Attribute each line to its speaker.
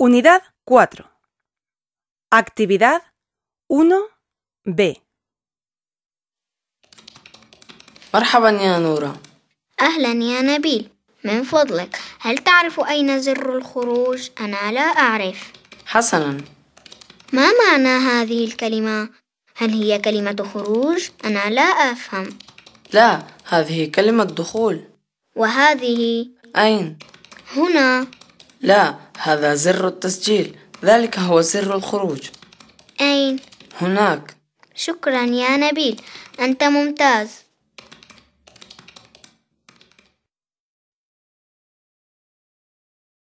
Speaker 1: Unidad 4. Actividad 1B.
Speaker 2: مرحبا يا نورة
Speaker 3: أهلا يا نبيل من فضلك هل تعرف أين زر الخروج؟ أنا لا أعرف
Speaker 2: حسنا
Speaker 3: ما معنى هذه الكلمة؟ هل هي كلمة خروج؟ أنا لا أفهم
Speaker 2: لا هذه كلمة دخول
Speaker 3: وهذه
Speaker 2: أين؟
Speaker 3: هنا
Speaker 2: لا هذا زر التسجيل ذلك هو زر الخروج
Speaker 3: أين؟
Speaker 2: هناك
Speaker 3: شكرا يا نبيل أنت ممتاز